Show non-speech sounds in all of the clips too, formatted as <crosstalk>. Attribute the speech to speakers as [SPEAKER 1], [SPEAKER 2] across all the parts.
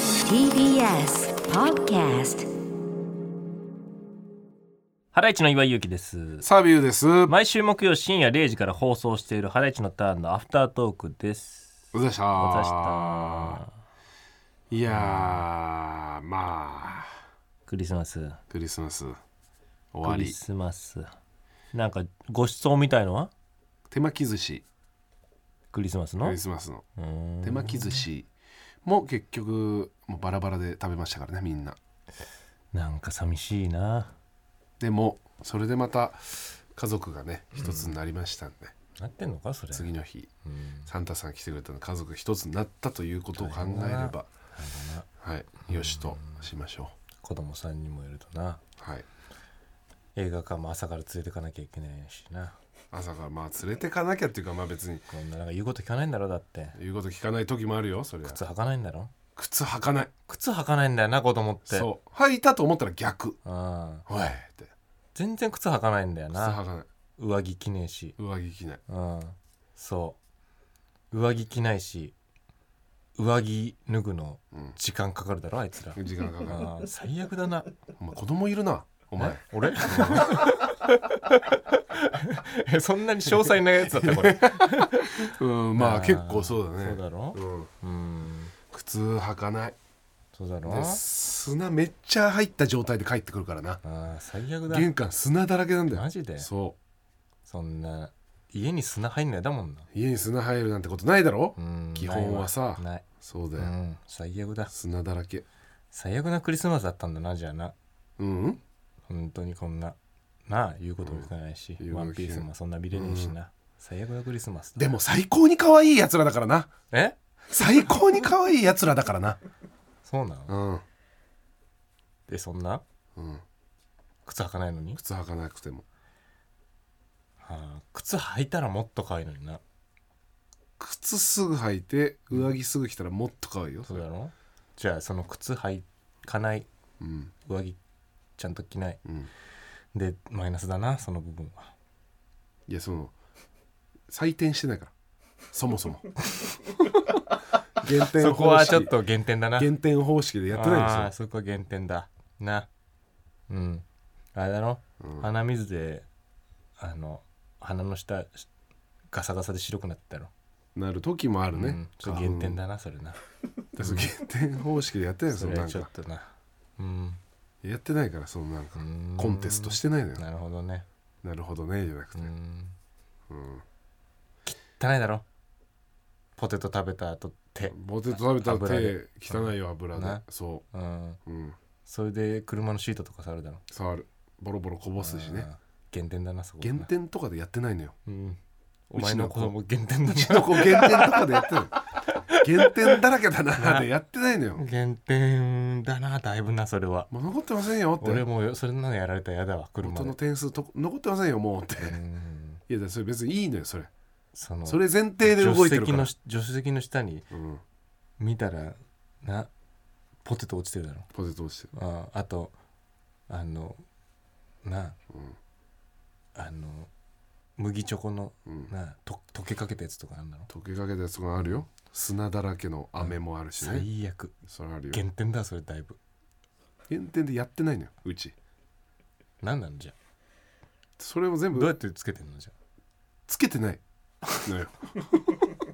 [SPEAKER 1] TBS Podcast
[SPEAKER 2] ハライチの岩井ゆうきです。
[SPEAKER 3] サビューです。う
[SPEAKER 2] 毎週木曜深夜0時から放送しているハライチのターンのアフタートークです。
[SPEAKER 3] ざした
[SPEAKER 2] おざし
[SPEAKER 3] ー。
[SPEAKER 2] た。
[SPEAKER 3] いやー、まあ、
[SPEAKER 2] クリスマス。
[SPEAKER 3] クリスマス終わ
[SPEAKER 2] クリ
[SPEAKER 3] り。
[SPEAKER 2] スマス。なんかご馳走みたいのは
[SPEAKER 3] 手巻き寿司、
[SPEAKER 2] クリスマス
[SPEAKER 3] ク
[SPEAKER 2] の
[SPEAKER 3] リ。スマスの
[SPEAKER 2] うーん
[SPEAKER 3] 手巻き寿司も結局もうバラバラで食べましたからね、みんな。
[SPEAKER 2] なんか寂しいな。
[SPEAKER 3] でもそれでまた家族がね一つになりましたんで、
[SPEAKER 2] なってんのかそれ。
[SPEAKER 3] 次の日
[SPEAKER 2] うん
[SPEAKER 3] サンタさん来てくれたの家族一つになったということを考えれば、はい、よしとしましょ
[SPEAKER 2] 子供さんにもいるとな。
[SPEAKER 3] う。はい
[SPEAKER 2] 映画館も朝から連れてかなきゃいけないしな。
[SPEAKER 3] 朝からまあ連れてかなきゃっていうかまあ別に
[SPEAKER 2] こんななんか言うこと聞かないんだろだって。
[SPEAKER 3] 言うこと聞かない時もあるよそれは
[SPEAKER 2] 靴履かないんだろ
[SPEAKER 3] 靴履かない
[SPEAKER 2] 靴履かないんだよな子供って。
[SPEAKER 3] そう履いたと思ったら逆
[SPEAKER 2] うん。
[SPEAKER 3] おいって
[SPEAKER 2] 全然靴履かないんだよ
[SPEAKER 3] 靴履
[SPEAKER 2] な。
[SPEAKER 3] かない
[SPEAKER 2] 上着着ねえし。
[SPEAKER 3] 上着着ない
[SPEAKER 2] うんそう上着着ないし上着脱ぐの
[SPEAKER 3] うん
[SPEAKER 2] 時間かかるだろあいつら
[SPEAKER 3] 時間かか <laughs> る
[SPEAKER 2] あー最悪だな
[SPEAKER 3] お前子供いるなお前
[SPEAKER 2] え俺え <laughs> そんなに詳細なやつだったこれ
[SPEAKER 3] うん <laughs> まあ
[SPEAKER 2] ー
[SPEAKER 3] 結構そうだね
[SPEAKER 2] そうだろ
[SPEAKER 3] うん
[SPEAKER 2] うん
[SPEAKER 3] 靴履かない
[SPEAKER 2] そうだろ
[SPEAKER 3] で砂めっちゃ入った状態で帰ってくるからな
[SPEAKER 2] あー最悪だ
[SPEAKER 3] 玄関砂だらけなんだよ
[SPEAKER 2] マジで
[SPEAKER 3] そ
[SPEAKER 2] そんな家に砂入んないだもんな
[SPEAKER 3] う家に砂入るなんてことないだろ
[SPEAKER 2] うん
[SPEAKER 3] 基本はさ
[SPEAKER 2] ないわ
[SPEAKER 3] そうだ
[SPEAKER 2] な
[SPEAKER 3] よ
[SPEAKER 2] い、うん最悪だ
[SPEAKER 3] 砂だらけ
[SPEAKER 2] 最悪なクリスマスだったんだなじゃあな
[SPEAKER 3] うん
[SPEAKER 2] 本当にこんななあ言うことも聞かないし、
[SPEAKER 3] うん
[SPEAKER 2] ワンピースもそんな見れねえしな、最悪のクリスマスだ
[SPEAKER 3] でも最高に可愛い奴らだからな
[SPEAKER 2] え
[SPEAKER 3] 最高に可愛い奴らだからな
[SPEAKER 2] そうなの、
[SPEAKER 3] うん
[SPEAKER 2] でそんな
[SPEAKER 3] うん
[SPEAKER 2] 靴履かないのに、
[SPEAKER 3] 靴履かなくても
[SPEAKER 2] はあ、靴履いたらもっと可愛いのにな
[SPEAKER 3] 靴すぐ履いて上着すぐ着たらもっと可愛いよ
[SPEAKER 2] そうだろじゃあその靴履かない
[SPEAKER 3] うん
[SPEAKER 2] 上着ちゃんと着ない
[SPEAKER 3] うん
[SPEAKER 2] でマイナスだなその部分はい
[SPEAKER 3] やその採点してないからそもそ
[SPEAKER 2] <laughs>
[SPEAKER 3] も減点
[SPEAKER 2] そ
[SPEAKER 3] 方式
[SPEAKER 2] こはちょっと減点だな
[SPEAKER 3] 減点方式でやってないんです
[SPEAKER 2] あ
[SPEAKER 3] よ
[SPEAKER 2] あそこは減点だなうんあれだろ、鼻水であの鼻の下しガサガサで白くなったろ、
[SPEAKER 3] なる時もあるね、
[SPEAKER 2] うん、ちょっと減点だなそれな
[SPEAKER 3] 花粉そう減点方式でやってないんで
[SPEAKER 2] そ
[SPEAKER 3] す <laughs> よ
[SPEAKER 2] れ
[SPEAKER 3] な
[SPEAKER 2] は
[SPEAKER 3] ん
[SPEAKER 2] ちょっ
[SPEAKER 3] か
[SPEAKER 2] となうん
[SPEAKER 3] やってないからそのなん
[SPEAKER 2] う
[SPEAKER 3] か
[SPEAKER 2] ーん
[SPEAKER 3] コンテストしてないのよ
[SPEAKER 2] なるほどね
[SPEAKER 3] なるほどねじゃな
[SPEAKER 2] う
[SPEAKER 3] くて
[SPEAKER 2] ーん
[SPEAKER 3] うん
[SPEAKER 2] 汚いだろポテト食べた後って
[SPEAKER 3] ポテト食べたら
[SPEAKER 2] 油で
[SPEAKER 3] 手汚いよ油で
[SPEAKER 2] な
[SPEAKER 3] そ
[SPEAKER 2] うん
[SPEAKER 3] ううん
[SPEAKER 2] それで車のシートとか触るだろ
[SPEAKER 3] 触るボロボロこぼすしね
[SPEAKER 2] あー減点だなそこはな
[SPEAKER 3] 減点とかでやってないのよ
[SPEAKER 2] うんお前の
[SPEAKER 3] うちの子
[SPEAKER 2] 子供減点だ
[SPEAKER 3] うち
[SPEAKER 2] な
[SPEAKER 3] の子減点とかで
[SPEAKER 2] <laughs>
[SPEAKER 3] やってない減点だらけだなでやってないのよ
[SPEAKER 2] 減点だなだいぶなそれは
[SPEAKER 3] もう残ってませんよって
[SPEAKER 2] 俺もよそれなのやられたらやだわ車
[SPEAKER 3] 元
[SPEAKER 2] で
[SPEAKER 3] の点数と残ってませんよもうって
[SPEAKER 2] うん
[SPEAKER 3] いやだからそれ別にいいのよそれ
[SPEAKER 2] その
[SPEAKER 3] それ前提で動いてるから
[SPEAKER 2] 助手席の助手席の下に
[SPEAKER 3] うん
[SPEAKER 2] 見たらなポテト落ちてるだろ
[SPEAKER 3] ポテト落ちてる
[SPEAKER 2] ああとあのなああの麦チョコの
[SPEAKER 3] うん
[SPEAKER 2] なと溶けかけたやつとかあんだろ
[SPEAKER 3] 溶けかけたやつがあるよ砂だらけの飴もあるしね
[SPEAKER 2] 最悪
[SPEAKER 3] それあるよ
[SPEAKER 2] 減点だそれだいぶ
[SPEAKER 3] 減点でやってないのようち
[SPEAKER 2] 何なのじゃあ
[SPEAKER 3] それを全
[SPEAKER 2] どうや
[SPEAKER 3] 部
[SPEAKER 2] ってつけてんのじゃ
[SPEAKER 3] つけてないのよ <laughs>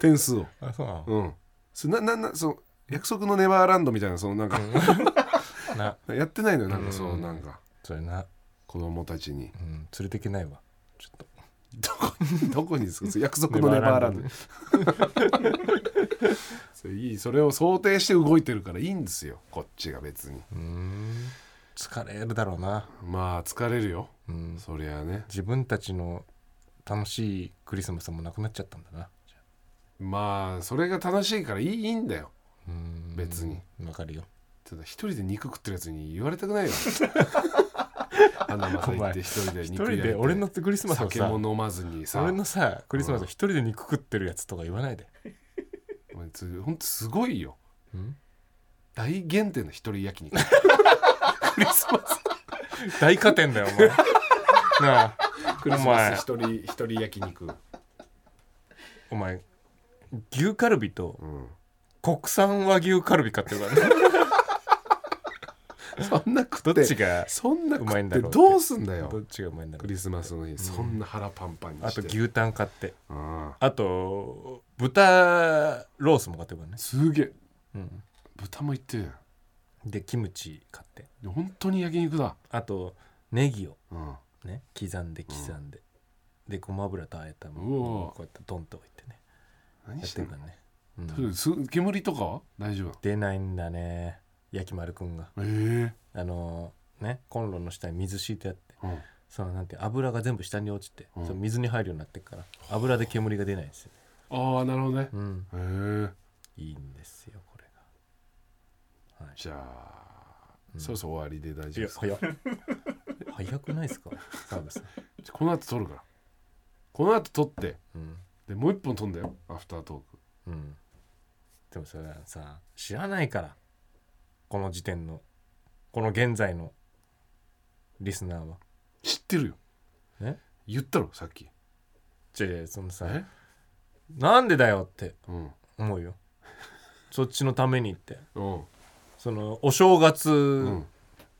[SPEAKER 3] 点数を
[SPEAKER 2] ああそうなの、
[SPEAKER 3] うんそれなななその約束のネバーランドみたいなそのなんか
[SPEAKER 2] な
[SPEAKER 3] やってないのよなんかそううんなんか
[SPEAKER 2] それな、
[SPEAKER 3] 子供たちに
[SPEAKER 2] うん、連れてけないわちょっと
[SPEAKER 3] どこに <laughs> どこにですかそれ約束のネバーランド <laughs> それいいそれを想定して動いてるからいいんですよこっちが別に
[SPEAKER 2] うーん疲れるだろうな、
[SPEAKER 3] まあ疲れるよ
[SPEAKER 2] うん、
[SPEAKER 3] そりゃあね
[SPEAKER 2] 自分たちの楽しいクリスマスもなくなっちゃったんだなじゃあ
[SPEAKER 3] まあそれが楽しいからいいいいんだよ
[SPEAKER 2] うーん
[SPEAKER 3] 別に
[SPEAKER 2] わかるよ
[SPEAKER 3] ただ一人で肉食ってるやつに言われたくないよ
[SPEAKER 2] <laughs>
[SPEAKER 3] あんなまた行って一人で
[SPEAKER 2] 一
[SPEAKER 3] 肉
[SPEAKER 2] 人
[SPEAKER 3] 焼い
[SPEAKER 2] で
[SPEAKER 3] て
[SPEAKER 2] 俺のクリスマスを
[SPEAKER 3] 酒
[SPEAKER 2] さ
[SPEAKER 3] も飲まずにさ
[SPEAKER 2] 俺のさクリスマスを一人で肉食ってるやつとか言わないで、
[SPEAKER 3] お前つほんとすごいよ
[SPEAKER 2] うん、
[SPEAKER 3] 大限定の一人
[SPEAKER 2] <laughs>
[SPEAKER 3] 焼肉クリスマス
[SPEAKER 2] 大加点だよお
[SPEAKER 3] <laughs>
[SPEAKER 2] 前なあ
[SPEAKER 3] クリスマス <laughs> 一人一人焼肉
[SPEAKER 2] お前牛カルビと
[SPEAKER 3] うん
[SPEAKER 2] 国産和牛カルビ買ってるからね
[SPEAKER 3] そんな食
[SPEAKER 2] ど
[SPEAKER 3] って
[SPEAKER 2] っちが
[SPEAKER 3] そんな
[SPEAKER 2] うま
[SPEAKER 3] 食
[SPEAKER 2] い
[SPEAKER 3] っ
[SPEAKER 2] んだ
[SPEAKER 3] て
[SPEAKER 2] ろうって
[SPEAKER 3] どうすんだ
[SPEAKER 2] どっ
[SPEAKER 3] よ
[SPEAKER 2] ちがうまいんだろ
[SPEAKER 3] ク
[SPEAKER 2] う
[SPEAKER 3] リスマスの日そんな腹パンパンにして
[SPEAKER 2] あと牛タン買って
[SPEAKER 3] うん
[SPEAKER 2] あと豚ロースも買ってるからね、
[SPEAKER 3] すげえ
[SPEAKER 2] うん、
[SPEAKER 3] 豚もいってる
[SPEAKER 2] でキムチ買って
[SPEAKER 3] やん本当に焼肉だ
[SPEAKER 2] あとネギを
[SPEAKER 3] うん
[SPEAKER 2] ね刻んで刻んで、でごま油とあえたもの
[SPEAKER 3] うわ
[SPEAKER 2] をこうやってドンと置いてね
[SPEAKER 3] 何
[SPEAKER 2] やっ
[SPEAKER 3] してて
[SPEAKER 2] る
[SPEAKER 3] ん
[SPEAKER 2] か
[SPEAKER 3] の
[SPEAKER 2] らね、うん
[SPEAKER 3] それす煙とかは大丈夫
[SPEAKER 2] 出ないんだね焼き丸くんが
[SPEAKER 3] なのえ
[SPEAKER 2] あのーねコンロの下に水敷いてあって
[SPEAKER 3] えうん
[SPEAKER 2] そのなんて油が全部下に落ちて、
[SPEAKER 3] うん
[SPEAKER 2] その水に入るようになってっから油で煙が出ないんですよ、ね
[SPEAKER 3] ああなるほどね
[SPEAKER 2] うん、
[SPEAKER 3] へえ
[SPEAKER 2] いいんですよこれが、はい、
[SPEAKER 3] じゃあ、そろそろ終わりで大
[SPEAKER 2] いや
[SPEAKER 3] 丈夫ですか
[SPEAKER 2] 早っ <laughs> 早くないですか澤部さん、
[SPEAKER 3] じゃあこの後撮るからこの後撮って
[SPEAKER 2] うん
[SPEAKER 3] でもう一本撮んだよアフタートーク
[SPEAKER 2] うん、でもそれはさ知らないからこの時点のこの現在のリスナーは
[SPEAKER 3] 知ってるよ
[SPEAKER 2] え
[SPEAKER 3] 言ったろさっき
[SPEAKER 2] じゃそのさ
[SPEAKER 3] え
[SPEAKER 2] なんでだよって
[SPEAKER 3] うん
[SPEAKER 2] 思う
[SPEAKER 3] <laughs>
[SPEAKER 2] よそっちのためにって
[SPEAKER 3] うん
[SPEAKER 2] そのお正月、
[SPEAKER 3] うん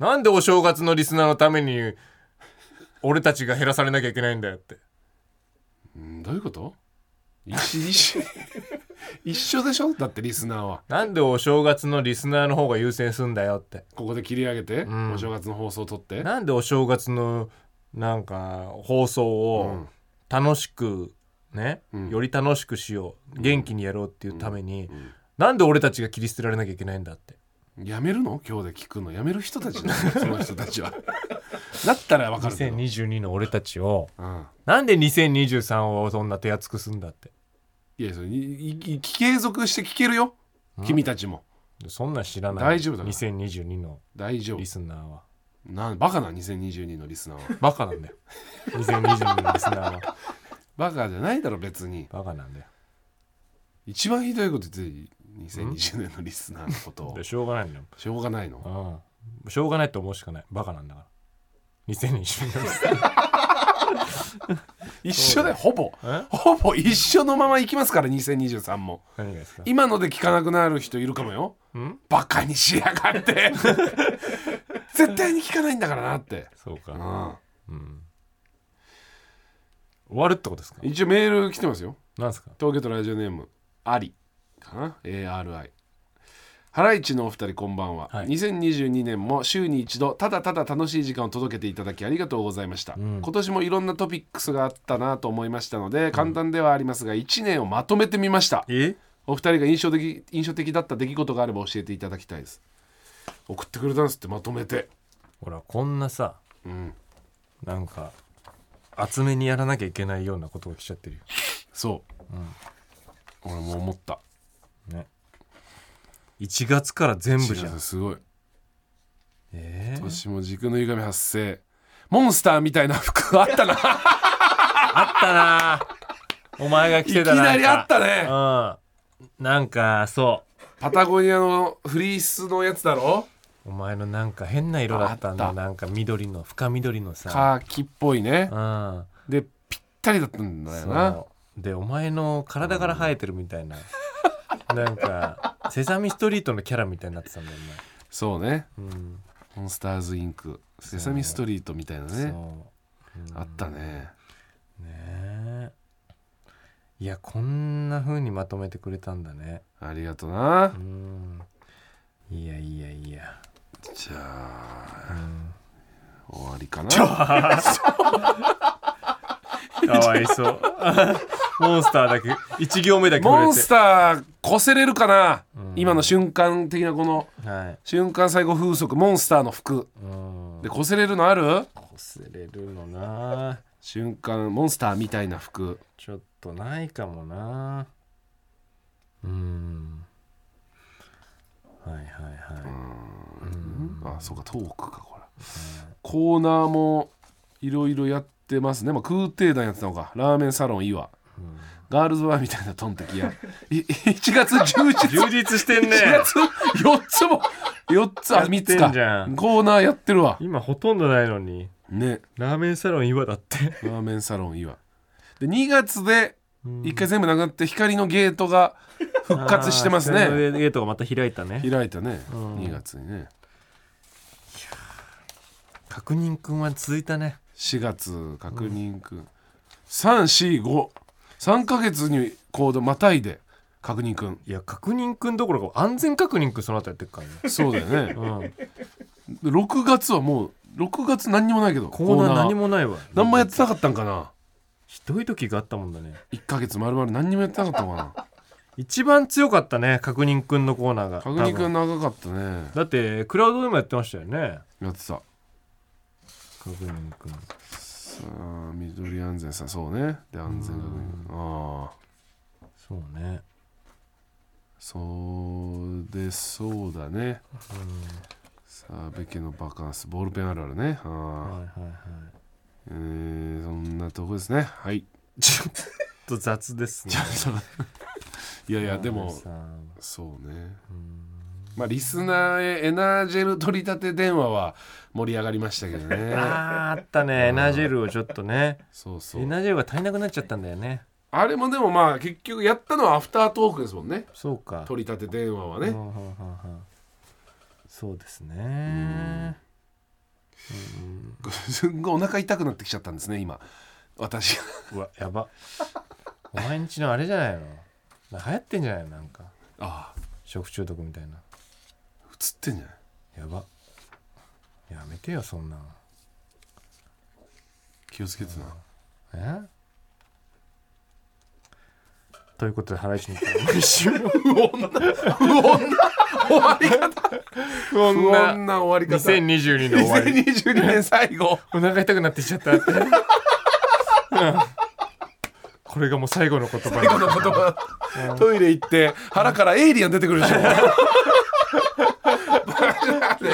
[SPEAKER 2] なんでお正月のリスナーのために俺たちが減らされなきゃいけないんだよって
[SPEAKER 3] うんどういうこと一緒一緒一緒でしょだってリスナーは
[SPEAKER 2] なんでお正月のリスナーの方が優先すんだよって
[SPEAKER 3] ここで切り上げて、
[SPEAKER 2] ん
[SPEAKER 3] お正月の放送を撮って
[SPEAKER 2] なんでお正月のなんか放送
[SPEAKER 3] う
[SPEAKER 2] を
[SPEAKER 3] ん
[SPEAKER 2] 楽しくね、
[SPEAKER 3] ん
[SPEAKER 2] より楽しくしよう元気にやろうっていうために、
[SPEAKER 3] ん
[SPEAKER 2] なんで俺たちが切り捨てられなきゃいけないんだって
[SPEAKER 3] やめるの今日で聞くのやめる人たちなのその人たちはだったらわかるけど、
[SPEAKER 2] 2022の俺たちを
[SPEAKER 3] うん、
[SPEAKER 2] なんで2023をそんな手厚くすんだって
[SPEAKER 3] いやそれいいい継続して聞けるよ君たちも
[SPEAKER 2] そんなん知らない
[SPEAKER 3] 大丈夫だから
[SPEAKER 2] 2022の
[SPEAKER 3] 大丈夫
[SPEAKER 2] リスナーは
[SPEAKER 3] なんバカな2022のリスナーは
[SPEAKER 2] バカなんだよ2022のリスナーは
[SPEAKER 3] バカじゃないだろ別に
[SPEAKER 2] バカなんだよ
[SPEAKER 3] 一番ひどいこと言ってる2020年のリスナーのことを
[SPEAKER 2] でしょうがないんだよ
[SPEAKER 3] しょうがないの
[SPEAKER 2] うんしょうがないと思うしかないバカなんだから2022のリスナー
[SPEAKER 3] 一緒だよほぼ
[SPEAKER 2] <laughs> え
[SPEAKER 3] ほぼ一緒のままいきますから2023も
[SPEAKER 2] 何がですか
[SPEAKER 3] 今ので聞かなくなる人いるかもよ
[SPEAKER 2] ん
[SPEAKER 3] バカにしやがって <laughs> 絶対に聞かないんだからなって
[SPEAKER 2] そうか、
[SPEAKER 3] うん
[SPEAKER 2] 終わるってことですか
[SPEAKER 3] 一応メール来てますよ
[SPEAKER 2] なんですか
[SPEAKER 3] 東京都ラジオネームアリかな ARI ハライチのお二人こんばんは、
[SPEAKER 2] はい
[SPEAKER 3] 2022年も週に一度ただただ楽しい時間を届けていただきありがとうございました、今年もいろんなトピックスがあったなと思いましたので簡単ではありますが1年をまとめてみました
[SPEAKER 2] え
[SPEAKER 3] お二人が印象的印象的だった出来事があれば教えていただきたいです送ってくれたんですってまとめて
[SPEAKER 2] ほらこんなさ
[SPEAKER 3] うん
[SPEAKER 2] なんか厚めにやらなきゃいけないようなことが来ちゃってるよ
[SPEAKER 3] そう、俺も思った
[SPEAKER 2] ね1月から全部じゃ
[SPEAKER 3] 違
[SPEAKER 2] ん
[SPEAKER 3] うすごい
[SPEAKER 2] えー、
[SPEAKER 3] 年も軸の歪み発生モンスターみたいな服あ
[SPEAKER 2] <laughs>
[SPEAKER 3] ったな
[SPEAKER 2] あったなお前が来てた
[SPEAKER 3] いきなりあったね
[SPEAKER 2] ねうんなんかそ
[SPEAKER 3] パタゴニアのフリースのやつだろ
[SPEAKER 2] うお前のなんか変な色だったんだ
[SPEAKER 3] あった
[SPEAKER 2] なんか緑の深緑のさ
[SPEAKER 3] カーキっぽいね
[SPEAKER 2] うん
[SPEAKER 3] でぴったりだったんだよな
[SPEAKER 2] そうでお前の体から生えてるみたいな、なんか「セサミストリート」のキャラみたいになってたんだよ
[SPEAKER 3] そうね
[SPEAKER 2] お前、うん、
[SPEAKER 3] モンスターズインクセサミストリートみたいな
[SPEAKER 2] そう
[SPEAKER 3] ねあったね
[SPEAKER 2] ねえいやこんな風にまとめてくれたんだね
[SPEAKER 3] ありがとな、
[SPEAKER 2] うんいやいやい <laughs> や
[SPEAKER 3] じゃあ、終わりかな
[SPEAKER 2] かわいそうモンスターだけ1行目だけ
[SPEAKER 3] モ
[SPEAKER 2] 触
[SPEAKER 3] ン
[SPEAKER 2] れ
[SPEAKER 3] ス
[SPEAKER 2] て
[SPEAKER 3] ターこせれるかな、今の瞬間的なこの
[SPEAKER 2] はい
[SPEAKER 3] 瞬間最後風速モンスターの服
[SPEAKER 2] うん
[SPEAKER 3] でこせれるのある
[SPEAKER 2] こすれるのな
[SPEAKER 3] 瞬間モンスターみたいな服
[SPEAKER 2] ちょっとないかもなうんはいはいは
[SPEAKER 3] あそうかトークかこれ、コーナーもいろいろやってますね、まあ、空挺団やってたのかラーメンサロン岩、ガールズバーみたいなトンテキやい1月10
[SPEAKER 2] い
[SPEAKER 3] 日
[SPEAKER 2] 充実してんね
[SPEAKER 3] 1月4つも4つあ
[SPEAKER 2] やってん
[SPEAKER 3] 3つか
[SPEAKER 2] じゃん
[SPEAKER 3] コーナーやってるわ
[SPEAKER 2] <laughs> 今ほとんどないのに
[SPEAKER 3] ね
[SPEAKER 2] ラーメンサロン岩だって
[SPEAKER 3] ラーメンサロン岩で2月で
[SPEAKER 2] うん
[SPEAKER 3] 1回全部なくなって光のゲートが復活してます
[SPEAKER 2] あー北
[SPEAKER 3] ね
[SPEAKER 2] のゲートがまた開いたね
[SPEAKER 3] 開いたね
[SPEAKER 2] うん
[SPEAKER 3] 2月にね
[SPEAKER 2] 確認くんは続いたね
[SPEAKER 3] 4月確認くん3453ヶ月にコードまたいで確認くん
[SPEAKER 2] いや確認くんどころか安全確認くんその後やってっからね
[SPEAKER 3] そうだよ
[SPEAKER 2] <laughs>
[SPEAKER 3] ね
[SPEAKER 2] うん、
[SPEAKER 3] 6月はもう6月何にもないけど
[SPEAKER 2] コーナー何もないわ
[SPEAKER 3] 何もやってなかったんかな
[SPEAKER 2] ひどい時があったもんだね
[SPEAKER 3] 1ヶ月丸々何にもやってなかったのか
[SPEAKER 2] 一番強かったね確認くんのコーナーが
[SPEAKER 3] な確認く
[SPEAKER 2] 多
[SPEAKER 3] ん
[SPEAKER 2] 分
[SPEAKER 3] 長かったね
[SPEAKER 2] だってクラウドでもやってましたよね
[SPEAKER 3] やってた
[SPEAKER 2] 確認くん
[SPEAKER 3] さあ緑安全さんそうねで安全確認ああ
[SPEAKER 2] そうね
[SPEAKER 3] そうでそうだね澤部家のバカンスボールペンあるあるねあ
[SPEAKER 2] はい
[SPEAKER 3] ー、
[SPEAKER 2] はいはい
[SPEAKER 3] えーそんなとこですねはい
[SPEAKER 2] ちょっと雑ですね
[SPEAKER 3] いや
[SPEAKER 2] <laughs>
[SPEAKER 3] いやでも
[SPEAKER 2] さん
[SPEAKER 3] そうね
[SPEAKER 2] うん
[SPEAKER 3] まあリスナーへエナージェル取り立て電話は盛り上がりましたけどね
[SPEAKER 2] <laughs> あーあったねエナジェルをちょっとね
[SPEAKER 3] そうそ
[SPEAKER 2] エ
[SPEAKER 3] う
[SPEAKER 2] ナジェルが足りなくなっちゃったんだよね
[SPEAKER 3] あれもでもまあ結局やったのはアフタートークですもんね
[SPEAKER 2] そうか
[SPEAKER 3] 取り立て電話はね、
[SPEAKER 2] うんうんうんうんそうですね
[SPEAKER 3] すんごいお腹痛くなってきちゃったんですね今私が
[SPEAKER 2] うわやばお前んちのあれじゃないの流行ってんじゃないのなんか
[SPEAKER 3] ああ
[SPEAKER 2] 食中毒みたいな
[SPEAKER 3] 映ってんじゃない
[SPEAKER 2] やばやめてよそんなん
[SPEAKER 3] 気をつけてな
[SPEAKER 2] えということでハライチのコーナー終了
[SPEAKER 3] 終わり方
[SPEAKER 2] 不穏
[SPEAKER 3] 不
[SPEAKER 2] な
[SPEAKER 3] 穏な終わり方
[SPEAKER 2] 2022の終わり
[SPEAKER 3] 2022年最後
[SPEAKER 2] お腹痛くなってきちゃったって、うんこれがもう最後の言葉
[SPEAKER 3] 最後の言葉トイレ行って腹からエイリアン出てくるでしょ
[SPEAKER 2] でよ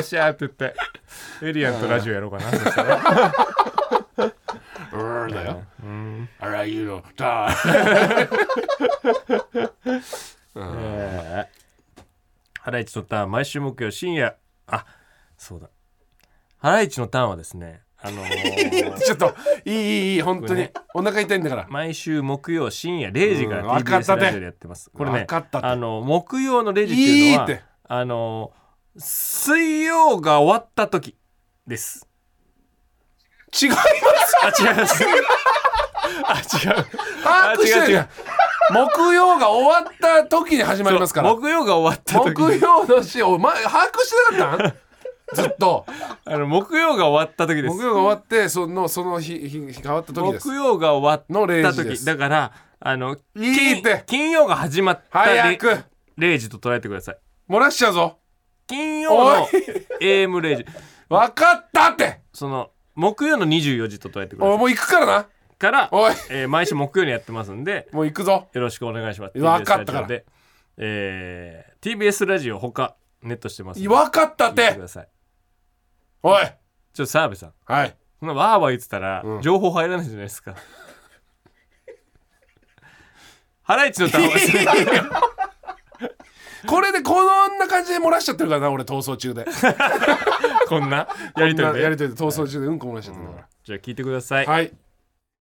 [SPEAKER 2] っしゃーって言っ
[SPEAKER 3] <laughs>
[SPEAKER 2] てエイリアンとラジオやろうかなそしたら
[SPEAKER 3] うーんだよ
[SPEAKER 2] うん
[SPEAKER 3] あらゆるだ
[SPEAKER 2] えーハライチのターン毎週木曜深夜あそうだハライチのターンはですねあの
[SPEAKER 3] <laughs>
[SPEAKER 2] ー
[SPEAKER 3] ちょっといいいいいい本当
[SPEAKER 2] これ
[SPEAKER 3] に
[SPEAKER 2] ね
[SPEAKER 3] お腹痛いんだから
[SPEAKER 2] 毎週木曜深夜0時か
[SPEAKER 3] うん
[SPEAKER 2] ら
[SPEAKER 3] 分かった
[SPEAKER 2] TBS
[SPEAKER 3] て
[SPEAKER 2] ラジオでやってますこれね
[SPEAKER 3] 分かったて
[SPEAKER 2] あの木曜の0時っていうのはい
[SPEAKER 3] いって
[SPEAKER 2] あのー水曜が終わった時
[SPEAKER 3] <laughs>
[SPEAKER 2] です
[SPEAKER 3] 違います
[SPEAKER 2] あ違いますあ違う
[SPEAKER 3] 把握してるじゃん木曜が終わった時に始まりますから
[SPEAKER 2] 木曜が終わった時
[SPEAKER 3] 木曜のしお前把握してな <laughs> かったんずっと
[SPEAKER 2] あの木曜が終わった時です
[SPEAKER 3] 木曜が終わってそのその日日日変わった時です
[SPEAKER 2] 木曜が終わ
[SPEAKER 3] の
[SPEAKER 2] った
[SPEAKER 3] 0時で
[SPEAKER 2] 時
[SPEAKER 3] す
[SPEAKER 2] だからあの
[SPEAKER 3] いいって
[SPEAKER 2] 金金曜が始まった
[SPEAKER 3] 早く
[SPEAKER 2] 0時と捉えてください
[SPEAKER 3] 漏らしちゃうぞ
[SPEAKER 2] 金曜
[SPEAKER 3] お
[SPEAKER 2] の
[SPEAKER 3] い
[SPEAKER 2] AM0 時
[SPEAKER 3] 分かったって
[SPEAKER 2] その木曜の24時と捉えてくだ
[SPEAKER 3] お
[SPEAKER 2] さ
[SPEAKER 3] い
[SPEAKER 2] い
[SPEAKER 3] もう行くからな
[SPEAKER 2] から、
[SPEAKER 3] おい
[SPEAKER 2] えー毎週木曜にやってますんで
[SPEAKER 3] もう行くぞ
[SPEAKER 2] よろしくお願いします
[SPEAKER 3] わかったか
[SPEAKER 2] TBS ラジオ
[SPEAKER 3] ら
[SPEAKER 2] で、えー TBS ラジオほかネットしてますんで
[SPEAKER 3] 分かったっ
[SPEAKER 2] 聞いて
[SPEAKER 3] て
[SPEAKER 2] ください
[SPEAKER 3] お
[SPEAKER 2] ち
[SPEAKER 3] い
[SPEAKER 2] ょっと澤部さん
[SPEAKER 3] はい
[SPEAKER 2] そんなわーわー言ってたら、
[SPEAKER 3] うん
[SPEAKER 2] 情報入らないじゃないです
[SPEAKER 3] <laughs>
[SPEAKER 2] か。ハライチのターン
[SPEAKER 3] <laughs>
[SPEAKER 2] は
[SPEAKER 3] これでこんな感じで漏らしちゃってるからな俺逃走中で
[SPEAKER 2] こんなやりとり
[SPEAKER 3] こんなやり
[SPEAKER 2] で。
[SPEAKER 3] とりで逃走中でうんこ漏らしちゃってるから
[SPEAKER 2] じゃあ聞いてください。
[SPEAKER 3] はい